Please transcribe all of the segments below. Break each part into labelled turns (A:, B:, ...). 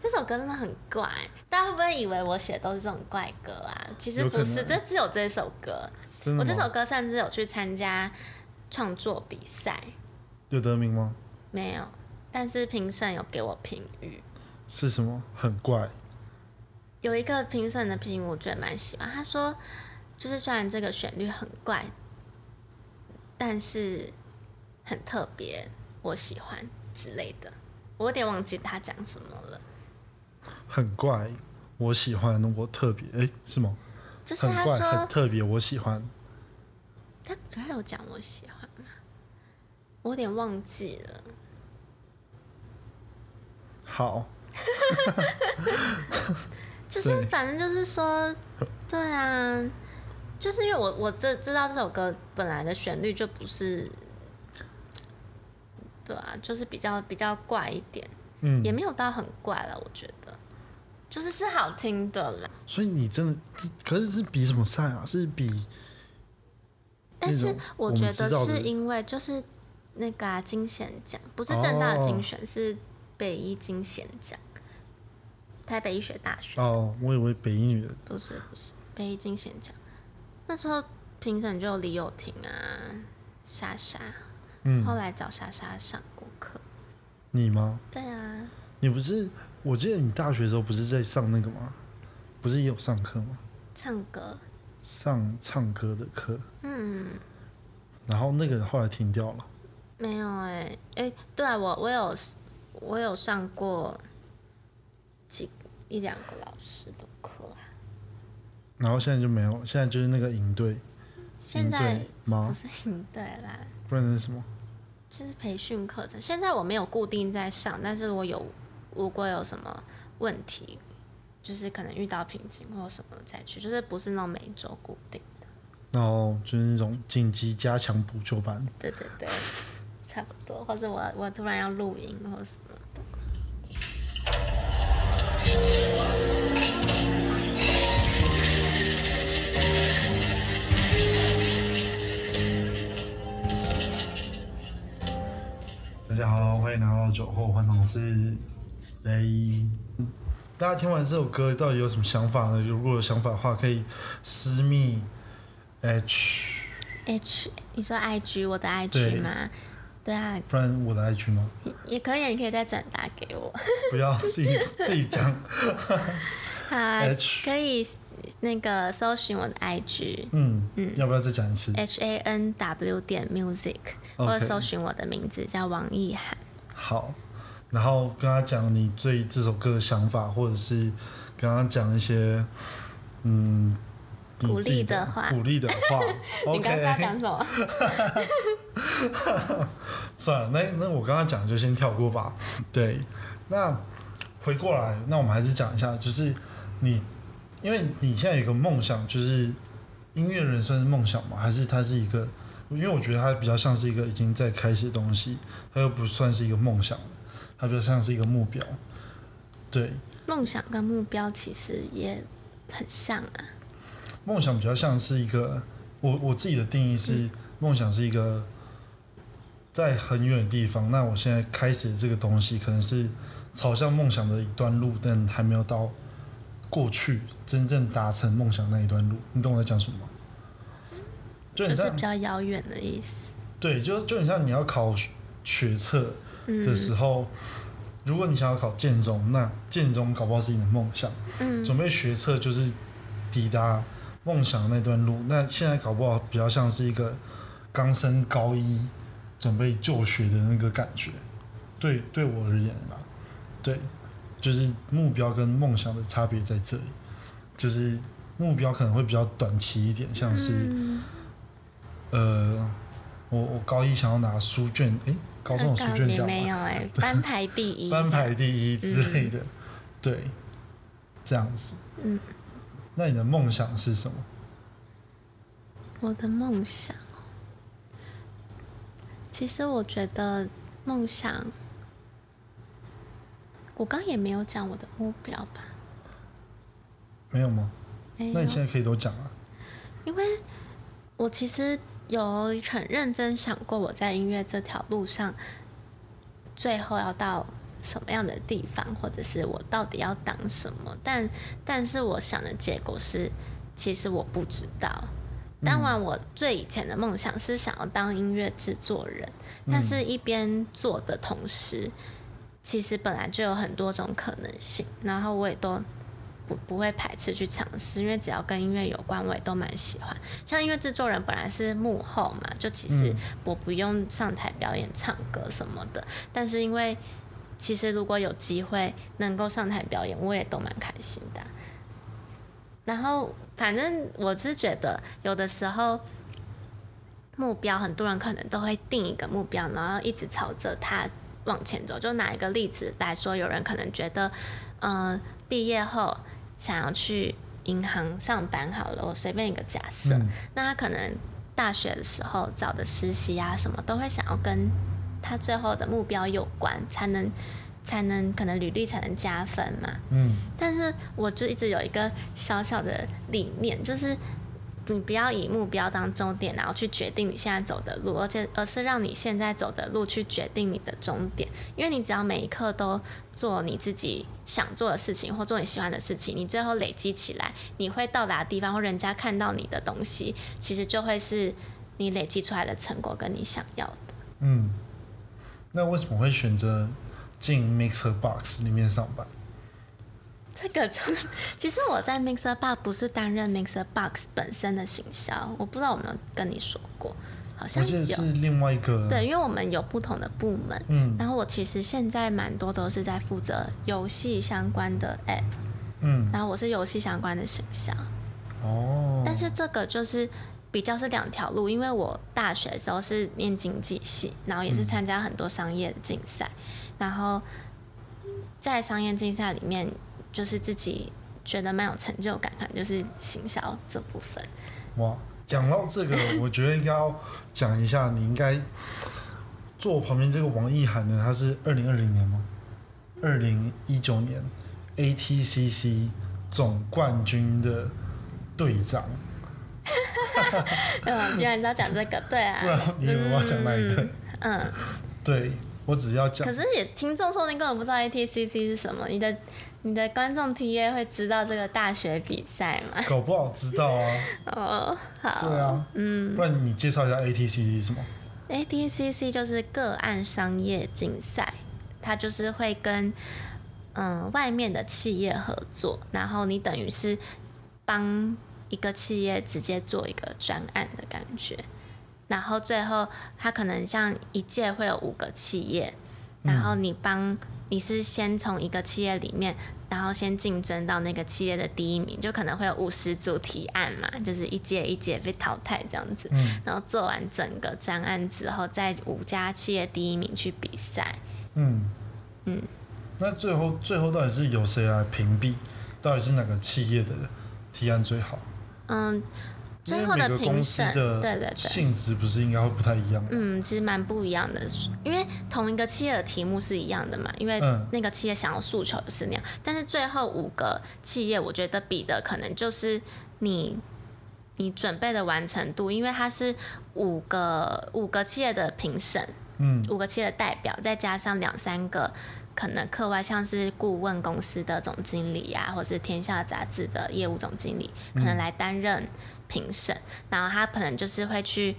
A: 这首歌真的很怪，大家会不会以为我写的都是这种怪歌啊？其实
B: 有可
A: 不是，
B: 能
A: 这只有这首歌。
B: 真的
A: 我
B: 吗？
A: 这首歌甚至有去参加创作比赛，
B: 有得名吗？
A: 没有，但是评审有给我评语。
B: 是什么？很怪，
A: 有一个评审的评语我觉得蛮喜欢，他说就是虽然这个旋律很怪，但是很特别，我喜欢之类的。我有点忘记他讲什么了，
B: 很怪。我喜欢，我特别，哎、是吗？
A: 就是
B: 很
A: 他
B: 怪，很
A: 说
B: 特别，我喜欢。
A: 他他有讲我喜欢吗？我有点忘记了。
B: 好，
A: 就是
B: 对
A: 反正就是说，对啊，就是因为我我知知道这首歌本来的旋律就不是，对啊，就是比较比较怪一点，
B: 嗯
A: 也，没有到很怪了，我觉得，就是是好听的啦，
B: 所以你真的，这可是是比什么赛啊？是比
A: 但
B: 那
A: 是
B: 种
A: 我
B: 我
A: 觉
B: 们知
A: 得
B: 道
A: 是
B: 的
A: 因为就是那个、啊、金选奖，不是正大的金
B: 哦
A: 选，是北一金选奖，台北医学大学。
B: 哦，我以为北一女的
A: 不是不是，北京先讲。那时候评审就有李友廷啊、莎莎，
B: 嗯
A: 后来找莎莎上过课。
B: 你吗？
A: 对啊，
B: 你不是？我记得你大学的时候不是在上那个吗？不是也有上课吗？
A: 唱歌，
B: 上唱歌的课，
A: 嗯，
B: 然后那个后来停掉了。
A: 没有哎、欸、哎、对啊，我我有我有上过几一两个老师的课啊。
B: 然后现在就没有了，现在就是那个营队，
A: 现
B: 营
A: 在
B: 队吗
A: 不？是应对啦，
B: 不然是什么？
A: 就是培训课程。现在我没有固定在上，但是我有如果有什么问题，就是可能遇到瓶颈或什么再去，就是不是那种每周固定的。
B: 然后就是那种紧急加强补救班，
A: 对对对，差不多。或者我我突然要录音或什么的。
B: 大家好，欢迎来到酒后幻想室。雷，大家听完这首歌到底有什么想法呢？如果有想法的话，可以私密 H，
A: H，你说 IG 我的
B: 对
A: IG 吗？对啊，
B: 不然我的 H 吗？
A: 也也可以，你可以再转达给我。
B: 不要自己自己 讲
A: 好，
B: H，
A: 可以那个搜寻我的 IG。
B: 嗯嗯，要不要再讲一次？
A: H A N W 点 music，或
B: OK
A: 者搜寻我的名字叫王意涵。
B: 好，然后跟他讲你对这首歌的想法，或者是跟他讲一些嗯你
A: 鼓
B: 自己
A: 励的话
B: 鼓励的话。
A: 你刚刚是要讲
B: OK，
A: 什 么？
B: 算了，那那我刚刚讲就先跳过吧。对，那回过来，那我们还是讲一下，就是你，因为你现在有一个梦想，就是音乐人算是梦想吗？还是它是一个？因为我觉得它比较像是一个已经在开始的东西，它又不算是一个梦想，它比较像是一个目标。对，
A: 梦想跟目标其实也很像啊。
B: 梦想比较像是一个，我我自己的定义
A: 嗯
B: 是，梦想是一个在很远的地方。那我现在开始这个东西，可能是朝向梦想的一段路，但还没有到过去真正达成梦想那一段路。你懂我在讲什么吗？
A: 就
B: 就很
A: 是
B: 像
A: 比较遥远的意思。
B: 对，就就很像你要考学学测
A: 嗯
B: 的时候，如果你想要考建中，那建中搞不好是你的梦想。
A: 嗯，
B: 准备学测就是抵达梦想那段路。那现在搞不好比较像是一个刚升高一准备就学的那个感觉。对，对我而言啦，对，就是目标跟梦想的差别在这里，就是目标可能会比较短期一点，像是、
A: 嗯
B: 呃，我我高一想要拿书卷，诶、高中有书卷
A: 也
B: 奖吗
A: 没有 哎，班排第一。
B: 啊班排第一之类的，对，这样子。
A: 嗯，
B: 那你的梦想是什么？
A: 我的梦想，其实我觉得梦想，我刚也没有讲我的目标吧？
B: 没有吗？
A: 没
B: 那
A: 有
B: 你。现在可以都讲啊。
A: 因为我其实有很认真想过，我在音乐这条路上最后要到什么样的地方，或者是我到底要当什么。但但是我想的结果是，其实我不知道。当然，我最以前的梦想是想要当音乐制作人，但是一边做的同时，其实本来就有很多种可能性，然后我也都不不会排斥去尝试，因为只要跟音乐有关，我也都蛮喜欢。像音乐制作人本来是幕后嘛，就其实
B: 嗯
A: 我不用上台表演、唱歌什么的，但是因为其实如果有机会能够上台表演，我也都蛮开心的啊。然后，反正我是觉得，有的时候目标，很多人可能都会定一个目标，然后一直朝着它往前走。就拿一个例子来说，有人可能觉得，嗯，毕业后想要去银行上班好了，我随便一个假设，
B: 嗯
A: 那他可能大学的时候找的实习啊，什么都会想要跟他最后的目标有关，才能才能可能履历才能加分嘛。
B: 嗯
A: 但是我就一直有一个小小的理念，就是你不要以目标当终点，然后去决定你现在走的路，而且而是让你现在走的路去决定你的终点。因为你只要每一刻都做你自己想做的事情，或做你喜欢的事情，你最后累积起来，你会到达的地方，或人家看到你的东西，其实就会是你累积出来的成果，跟你想要的。
B: 嗯。那为什么会选择进 Mixer Box 里面上班？
A: 这个就， 其实我在 Mixer Box 不是担任 Mixer Box 本身的行销，我不知道有没有跟你说过，好
B: 我
A: 像
B: 记得
A: 有。
B: 是另外一个，
A: 对，因为我们有不同的部门，
B: 嗯
A: 然后我其实现在蛮多都是在负责游戏相关的 app，
B: 嗯
A: 然后我是游戏相关的形象，
B: 哦，
A: 但是这个就是比较是两条路，因为我大学的时候是念经济系，然后也是
B: 嗯
A: 参加很多商业的竞赛，然后在商业竞赛里面，就是自己觉得蛮有成就感，可能就是行销这部 分。
B: 哇，讲到这个，我觉得应该要讲一下，你应该坐我旁边这个王意涵呢，他是二零二零年吗？二零一九年 ATCC 总冠军的队长，
A: 嗯，原来是要讲这个，对啊，
B: 不然你以为我要讲哪一个？
A: 嗯，
B: 对啊我只要讲
A: 可，是也听众说你根本不知道 ATCC 是什么，你的你的观众 TA 会知道这个大学比赛吗？
B: 搞不好知道啊，
A: 哦， 好，
B: 对啊，嗯，不然你介绍一下 ATCC 是什么？
A: ATCC 就是个案商业竞赛，它就是会跟嗯、呃外面的企业合作，然后你等于是帮一个企业直接做一个专案的感觉，然后最后它可能像一届会有五个企业，然后你帮你是先从一个企业里面。然后先竞争到那个企业的第一名，就可能会有五十组提案嘛，就是一届一届被淘汰这样子。
B: 嗯
A: 然后做完整个专案之后，在五家企业第一名去比赛。
B: 嗯嗯，那最后最后到底是由谁来评比？到底是哪个企业的提案最好？
A: 嗯，
B: 因为
A: 最后
B: 每
A: 的
B: 个
A: 评
B: 公司
A: 审，
B: 的
A: 对呃对对，
B: 性质不是应该会不太一样吗？
A: 嗯，其实蛮不一样的，因为同一个企业的题目是一样的嘛，因为
B: 嗯
A: 那个企业想要诉求的是那样，但是最后五个企业，我觉得比的可能就是你你准备的完成度，因为它是五个五个企业的评审，
B: 嗯
A: 五个企业的代表，再加上两三个可能课外，像是顾问公司的总经理啊，或是天下杂志的业务总经理，可能来担任评审。然后他可能就是会去，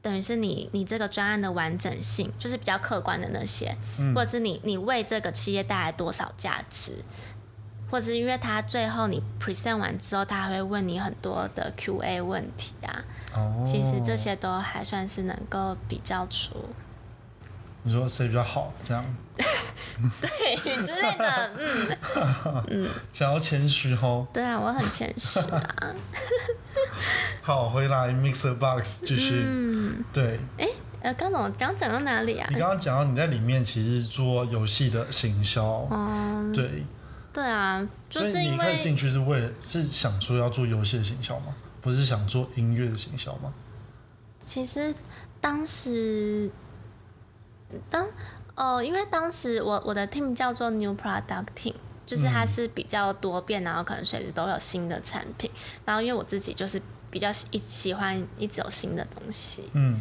A: 等于是你你这个专案的完整性，就是比较客观的那些，
B: 嗯
A: 或者是你你为这个企业带来多少价值。或者是因为他最后你 present 完之后，他还会问你很多的 Q&A 问题啊，
B: 哦，
A: 其实这些都还算是能够比较 出
B: 你说谁比较好？这样
A: 对之类的， 嗯，
B: 想要谦虚哦。
A: 对啊，我很谦虚啊。
B: 好，回来 Mixer Box 继续。
A: 嗯
B: 对
A: 呃，刚总刚讲到哪里啊
B: 你？刚刚讲到你在里面其实是做游戏的行销，
A: 嗯，
B: 对，
A: 对啊，就
B: 所
A: 是
B: 以你
A: 因
B: 一开始
A: 为
B: 进去是为了是想说要做游戏的行销吗？不是想做音乐的行销吗？
A: 其实当时当哦，因为当时我我的 team 叫做 New Product Team。就是它是比较多变，然后可能随时都有新的产品。然后因为我自己就是比较喜一喜欢一直有新的东西，
B: 嗯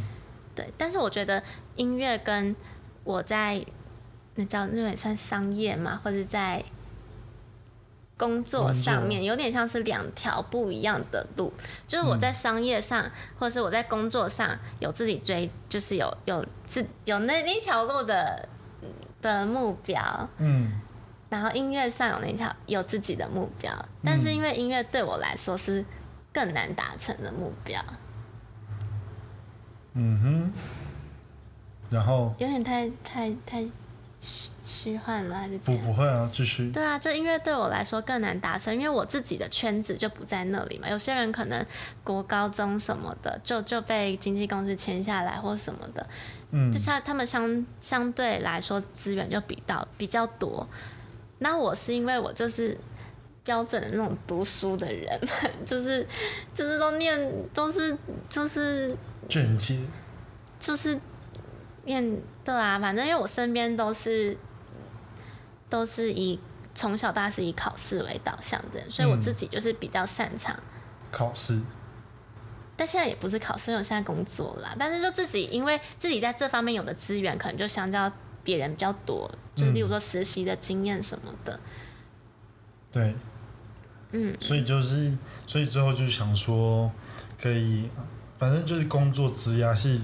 A: 对，但是我觉得音乐跟我在那叫那有点算商业嘛，或者在工作上面，有点像是两条不一样的路。就是我在商业上，或者是我在工作上有自己追，就是有有自有那那条路的的目标，
B: 嗯
A: 然后音乐上有那条有自己的目标，但是因为音乐对我来说是更难达成的目标，
B: 嗯哼，然后
A: 有点太太太虚虚幻了，还是怎
B: 不
A: 样？
B: 不会啊，继续，
A: 对啊，这音乐对我来说更难达成，因为我自己的圈子就不在那里嘛。有些人可能国高中什么的就就被经纪公司签下来或什么的，
B: 嗯
A: 就像他们相相对来说资源就比到比较多。那我是因为我就是标准的那种读书的人， 就是就是都念都是就是
B: 卷接，
A: 就是念对啊，反正因为我身边都是都是以从小到大是以考试为导向的人，所以我
B: 嗯
A: 自己就是比较擅长。
B: 考试，
A: 但现在也不是考试，因为我现在工作啦。但是就自己，因为自己在这方面有的资源，可能就相较别人比较多，就是
B: 嗯
A: 例如说实习的经验什么的。
B: 对，
A: 嗯，
B: 所以就是，所以最后就是想说，可以，反正就是工作职涯是，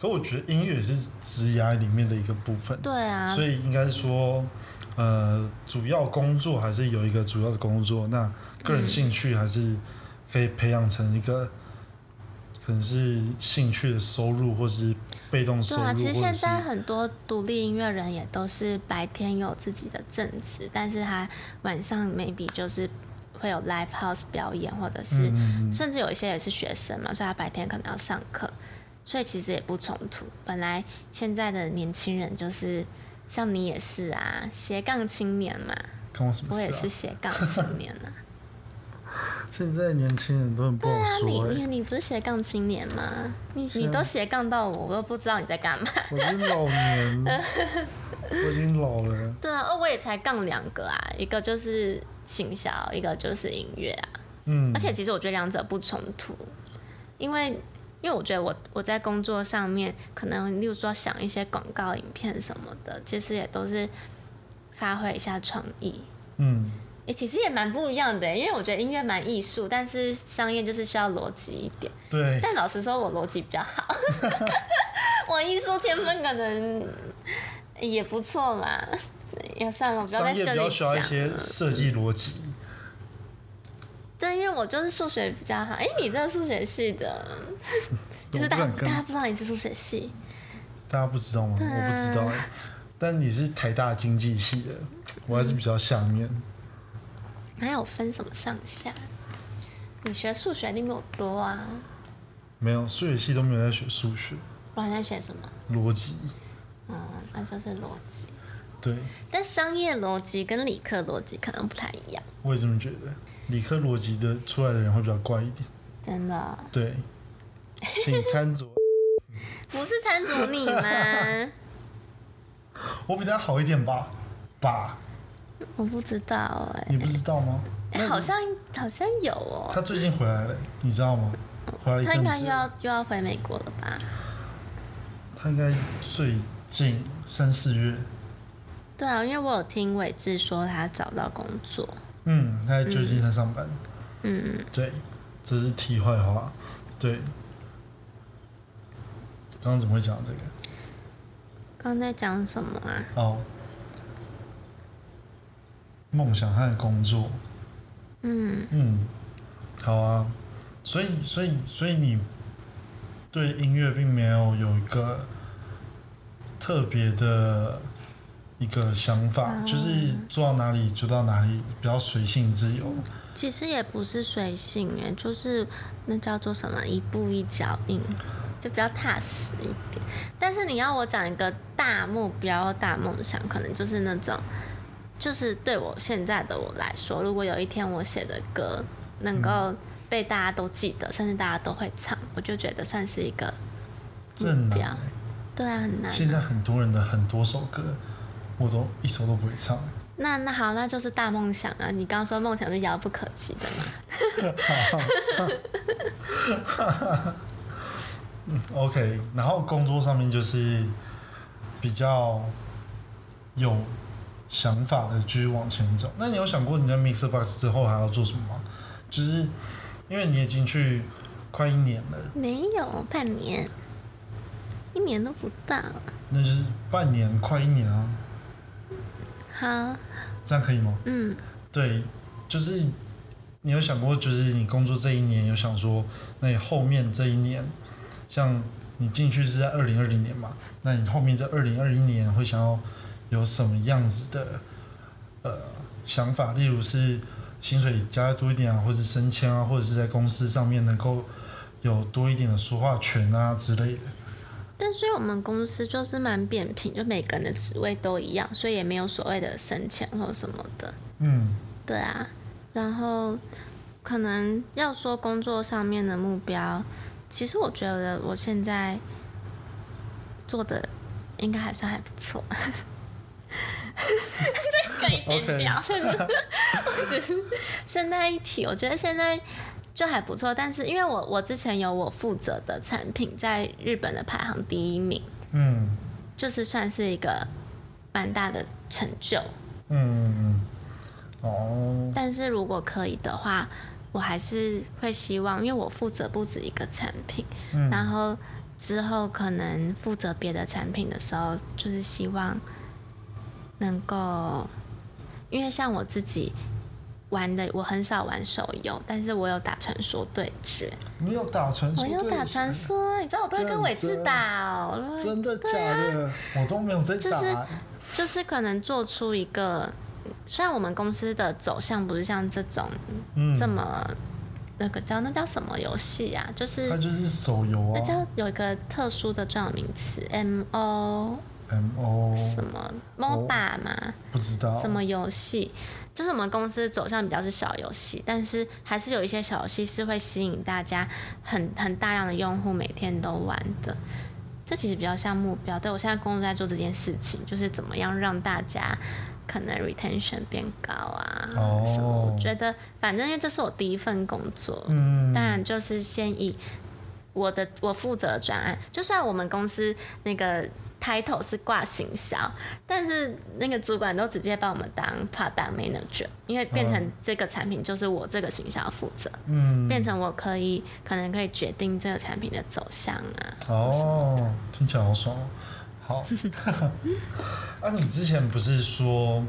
B: 可我觉得音乐也是职涯里面的一个部分，
A: 对啊，
B: 所以应该说，呃，主要工作还是有一个主要的工作，那个人兴趣还是可以培养成一个，可能是兴趣的收入，或是被动收
A: 对
B: 入，
A: 啊，其实
B: 或者
A: 现
B: 是
A: 在很多独立音乐人也都是白天有自己的正职，但是他晚上 maybe 就是会有 live house 表演，或者是、
B: 嗯嗯嗯
A: 甚至有一些也是学生嘛，所以他白天可能要上课，所以其实也不冲突。本来现在的年轻人就是像你也是啊，斜杠青年嘛，
B: 看我什么
A: 我也
B: 事
A: 是
B: 啊？
A: 斜杠青年啊。
B: 现在年轻人都很 不
A: 对
B: 好
A: 啊，你
B: 说、欸，
A: 你你不是斜杠青年吗？你
B: 是啊
A: 你都斜杠到我，我都不知道你在干嘛。
B: 我已经老年了，我已经老了。
A: 对啊，哦，我也才杠两个啊，一个就是行销，一个就是音乐啊。
B: 嗯，
A: 而且其实我觉得两者不冲突，因为因为我觉得我我在工作上面，可能例如说想一些广告影片什么的，其实也都是发挥一下创意。
B: 嗯，
A: 诶，其实也蛮不一样的，因为我觉得音乐蛮艺术，但是商业就是需要逻辑一点。
B: 对，
A: 但老实说，我逻辑比较好， 我艺术天分可能也不错啦。也算了，不要在
B: 商业
A: 这
B: 比
A: 里
B: 较需要一
A: 讲嗯
B: 些
A: 了。
B: 设计逻辑。
A: 对，因为我就是数学比较好。哎，你这个数学系的，就是
B: 我不
A: 大
B: 敢跟
A: 大家不知道你是数学系，
B: 大家不知道吗？
A: 啊
B: 我不知道欸，但你是台大经济系的，
A: 嗯
B: 我还是比较下面。
A: 哪有分什么上下？你学数学一定比我多啊！
B: 没有数学系都没有在学数学
A: 我还在学什么？
B: 逻辑，
A: 嗯，那就是逻辑。
B: 对
A: 但商业逻辑跟理科逻辑可能不太一样，
B: 我也这么觉得。理科逻辑的出来的人会比较怪一点，
A: 真的。
B: 对，请参酌。
A: 不是参酌你 吗？
B: 我比他好一点吧，吧？
A: 我不知道哎、
B: 你不知道吗？
A: 哎好像好像有哦、
B: 他最近回来了欸，你知道吗？回来一
A: 他应
B: 阵
A: 该又
B: 子了，
A: 要又要回美国了吧？
B: 他应该最近三四月，
A: 对啊，因为我有听伟志说他找到工作，
B: 嗯，他在旧金山上班，
A: 嗯，
B: 对，这是题外话，对。刚刚怎么会讲到这个？
A: 刚刚在讲什么啊？
B: 哦，梦想和工作，
A: 嗯，
B: 嗯，好啊。所以，所以，所以你对音乐并没有有一个特别的一个想法，
A: 啊
B: 就是做到哪里就到哪里，比较随性自由。
A: 其实也不是随性哎，就是那叫做什么一步一脚印，就比较踏实一点。但是你要我讲一个大目标、大梦想，可能就是那种，就是对我现在的我来说，如果有一天我写的歌能够被大家都记得，甚至大家都会唱，我就觉得算是一个
B: 这很
A: 目
B: 难
A: 标
B: 欸。
A: 对啊，很难啊。
B: 现在很多人的很多首歌，我都一首都不会唱。
A: 那那好，那就是大梦想啊！你刚刚说梦想是遥不可及的嘛？
B: OK，然后工作上面就是比较有想法的继续往前走。那你有想过你在 Mixer Box 之后还要做什么吗？就是因为你也进去快一年了，
A: 没有半年，一年都不到。啊
B: 那就是半年快一年啊，
A: 好，
B: 这样可以吗？
A: 嗯，
B: 对，就是你有想过，就是你工作这一年有想说，那你后面这一年，像你进去是在二零二零年嘛，那你后面在二零二一年会想要有什么样子的呃想法？例如是薪水加多一点啊，或者升迁啊，或者是在公司上面能够有多一点的说话权啊之类的。
A: 但是我们公司就是蛮扁平，就每个人的职位都一样，所以也没有所谓的升迁或什么的。
B: 嗯，
A: 对啊，然后可能要说工作上面的目标，其实我觉得我现在做的应该还算还不错。这个可以剪掉我只是现在一提，我觉得现在就还不错，但是因为我我之前有我负责的产品在日本的排行第一名，
B: 嗯
A: 就是算是一个蛮大的成就。
B: 嗯嗯嗯，哦，
A: 但是如果可以的话，我还是会希望，因为我负责不止一个产品，
B: 嗯
A: 然后之后可能负责别的产品的时候，就是希望能够，因为像我自己玩的，我很少玩手游，但是我有打传说对决，
B: 你有打传说
A: 我
B: 对
A: 有打传说啊，你知道我都会跟伟志打哦，
B: 真的假的？我都没有在打、
A: 啊就是就是可能做出一个，虽然我们公司的走向不是像这种
B: 嗯，
A: 这么那个叫那叫什么游戏啊？就是
B: 它就是手游
A: 那
B: 啊
A: 叫有一个特殊的专有名词，M O
B: ，M O
A: 什
B: 哦
A: 么 MOBA 嘛，
B: 不知道
A: 什么游戏？就是我们公司走向比较是小游戏，但是还是有一些小游戏是会吸引大家很很大量的用户每天都玩的。这其实比较像目标，对我现在工作在做这件事情，就是怎么样让大家可能 retention 变高啊
B: 哦
A: 什么。我觉得反正因为这是我第一份工作，
B: 嗯，
A: 当然就是先以我的我负责的专案，就算我们公司那个 title 是挂行销，但是那个主管都直接把我们当 product manager，因为变成这个产品就是我这个行销负责，
B: 嗯
A: 变成我可以可能可以决定这个产品的走向啊。
B: 哦，听起来好爽哦。好， 啊，你之前不是说，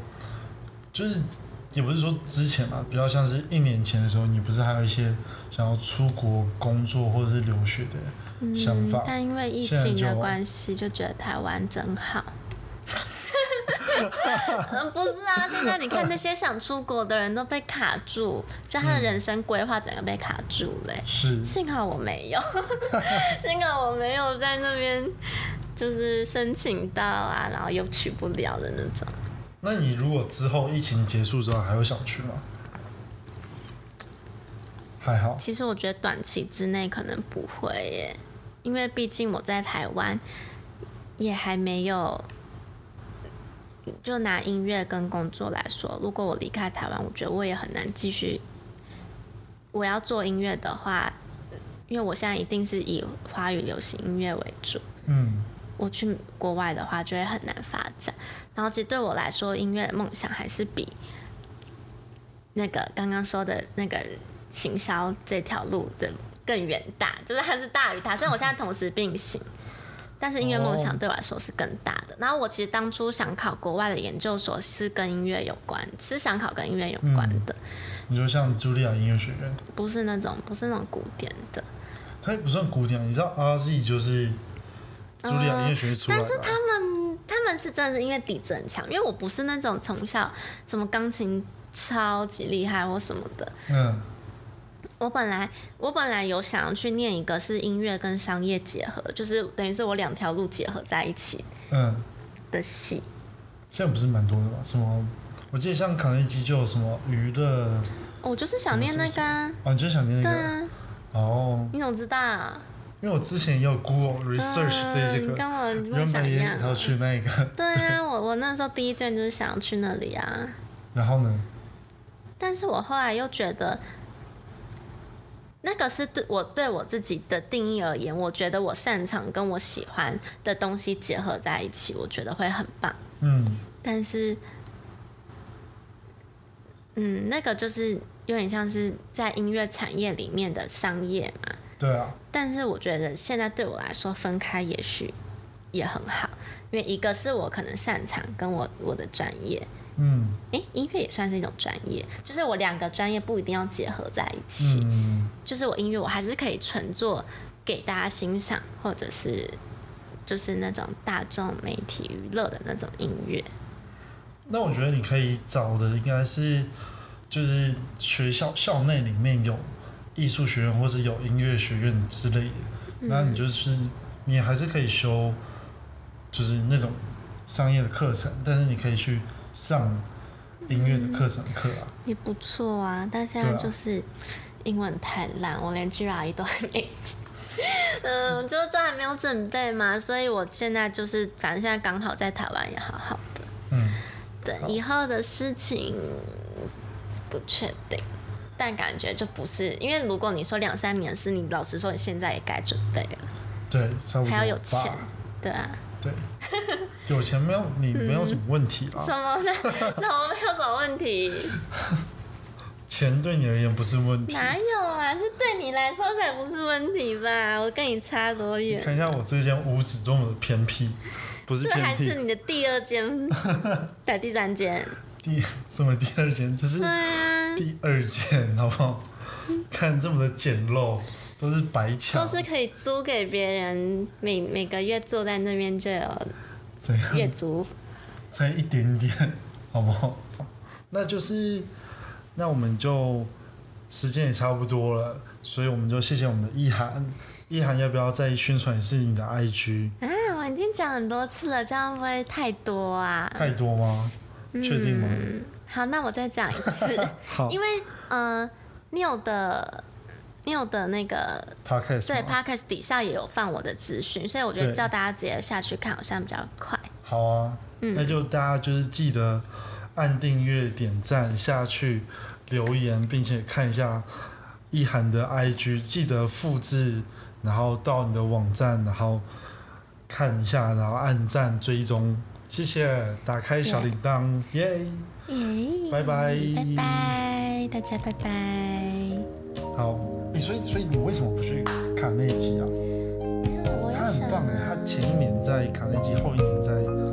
B: 就是也不是说之前嘛，比较像是一年前的时候，你不是还有一些想要出国工作或者是留学的想法？
A: 但因为疫
B: 现在
A: 情的
B: 就
A: 关系，就觉得台湾真好。嗯，不是啊，现在你看那些想出国的人都被卡住，就他的人生规划整个被卡住欸嘞、
B: 是，
A: 幸好我没有，幸好我没有在那边就是申请到啊，然后又去不了的那种。
B: 那你如果之后疫情结束之后还会想去吗？还好，
A: 其实我觉得短期之内可能不会耶，因为毕竟我在台湾也还没有。就拿音乐跟工作来说，如果我离开台湾，我觉得我也很难继续。我要做音乐的话，因为我现在一定是以华语流行音乐为主，
B: 嗯
A: 我去国外的话就会很难发展。然后其实对我来说，音乐的梦想还是比那个刚刚说的那个行销这条路的更远大，就是它是大于它。虽然我现在同时并行，但是音乐梦想
B: 哦
A: 对我来说是更大的。然后我其实当初想考国外的研究所是跟音乐有关，是想考跟音乐有关的，
B: 你说像茱莉亚音乐学院，
A: 不是那种不是那种古典的。
B: 它也不算古典，你知道 RZ 就是茱莉亚音乐学院出
A: 但
B: 来的
A: 是
B: 啊、
A: 他们他们是真的是因为底子很强，因为我不是那种从小什么钢琴超级厉害或什么的。
B: 嗯
A: 我本来我本来有想要去念一个是音乐跟商业结合，就是等于是我两条路结合在一起
B: 嗯，
A: 的系。
B: 现在不是蛮多的嘛？什么？我记得像卡内基就有什么娱乐，
A: 哦我就是想念那个、啊，
B: 哦，你就想念
A: 对
B: 那个、
A: 啊，
B: 哦，
A: 你怎么知道、啊？
B: 因为我之前也有 Google
A: 嗯
B: research 这些
A: 你
B: 个，
A: 跟我梦
B: 原
A: 想
B: 本
A: 一
B: 也
A: 样啊。
B: 要去那个，
A: 对啊，我我那时候第一志愿就是想要去那里啊。
B: 然后呢？
A: 但是我后来又觉得，那个是对我对我自己的定义而言，我觉得我擅长跟我喜欢的东西结合在一起，我觉得会很棒。
B: 嗯
A: 但是，嗯，那个就是有点像是在音乐产业里面的商业嘛。
B: 对啊，
A: 但是我觉得现在对我来说分开也许也很好，因为一个是我可能擅长跟我我的专业，
B: 嗯
A: 诶，音乐也算是一种专业，就是我两个专业不一定要结合在一起，
B: 嗯，
A: 就是我音乐我还是可以纯做给大家欣赏，或者是就是那种大众媒体娱乐的那种音乐。
B: 那我觉得你可以找的应该是就是学校校内里面有艺术学院或者有音乐学院之类的，
A: 嗯
B: 那你就是你还是可以修就是那种商业的课程，但是你可以去上音乐的课程课啊。
A: 也不错啊，但现在
B: 对啊
A: 就是英文太烂，我连 GRE 都还没。嗯，就就还没有准备嘛，所以我现在就是，反正现在刚好在台湾也好好的，
B: 嗯，
A: 等以后的事情不确定，但感觉就不是，因为如果你说两三年是你老实说，你现在也该准备了，
B: 对，差不多吧。
A: 还要有钱，对啊，
B: 对，有钱没有你没有什
A: 嗯
B: 么问题啦，
A: 什么呢？ 那我没有什么问题，
B: 钱对你而言不是问题。
A: 哪有啊？是对你来说才不是问题吧？我跟你差多
B: 你
A: 远？
B: 看一下我这间屋子多么的偏僻，不是
A: 这还
B: 偏
A: 是
B: 僻，
A: 你的第二间，在第三间。
B: 第什么第二间，这是
A: 对啊，
B: 第二间，好不好？看这么的简陋，都是白墙
A: 都，是可以租给别人，每每个月坐在那边就有
B: 怎
A: 月
B: 样？
A: 租。
B: 才一点点，好不好？那就是，那我们就时间也差不多了，所以我们就谢谢我们的意涵。意涵要不要再宣传一次你的 IG？
A: 啊，我已经讲很多次了，这样会不会太多啊？
B: 太多吗？确定吗？
A: 好，那我再讲一次，
B: 好
A: 嗯因为嗯、呃，你有的。你有的那个
B: Podcast
A: 对
B: 吗
A: podcast 底下也有放我的资讯，所以我觉得
B: 对
A: 叫大家直接下去看好像比较快。
B: 好啊，
A: 嗯
B: 那就大家就是记得按订阅、点赞下去、留言，并且看一下意涵的 IG，记得复制，然后到你的网站，然后看一下，然后按赞追踪，谢谢，打开小铃
A: 嗯
B: 铛，耶！
A: 耶，
B: 拜拜
A: 拜拜，大家拜拜。
B: 好，你所以所以你为什么不去卡内基啊？
A: 我
B: 他
A: 也
B: 很
A: 想
B: 棒哎，
A: 啊
B: 他前一年在卡内基，后一年在欸
A: 啊
B: 啊啊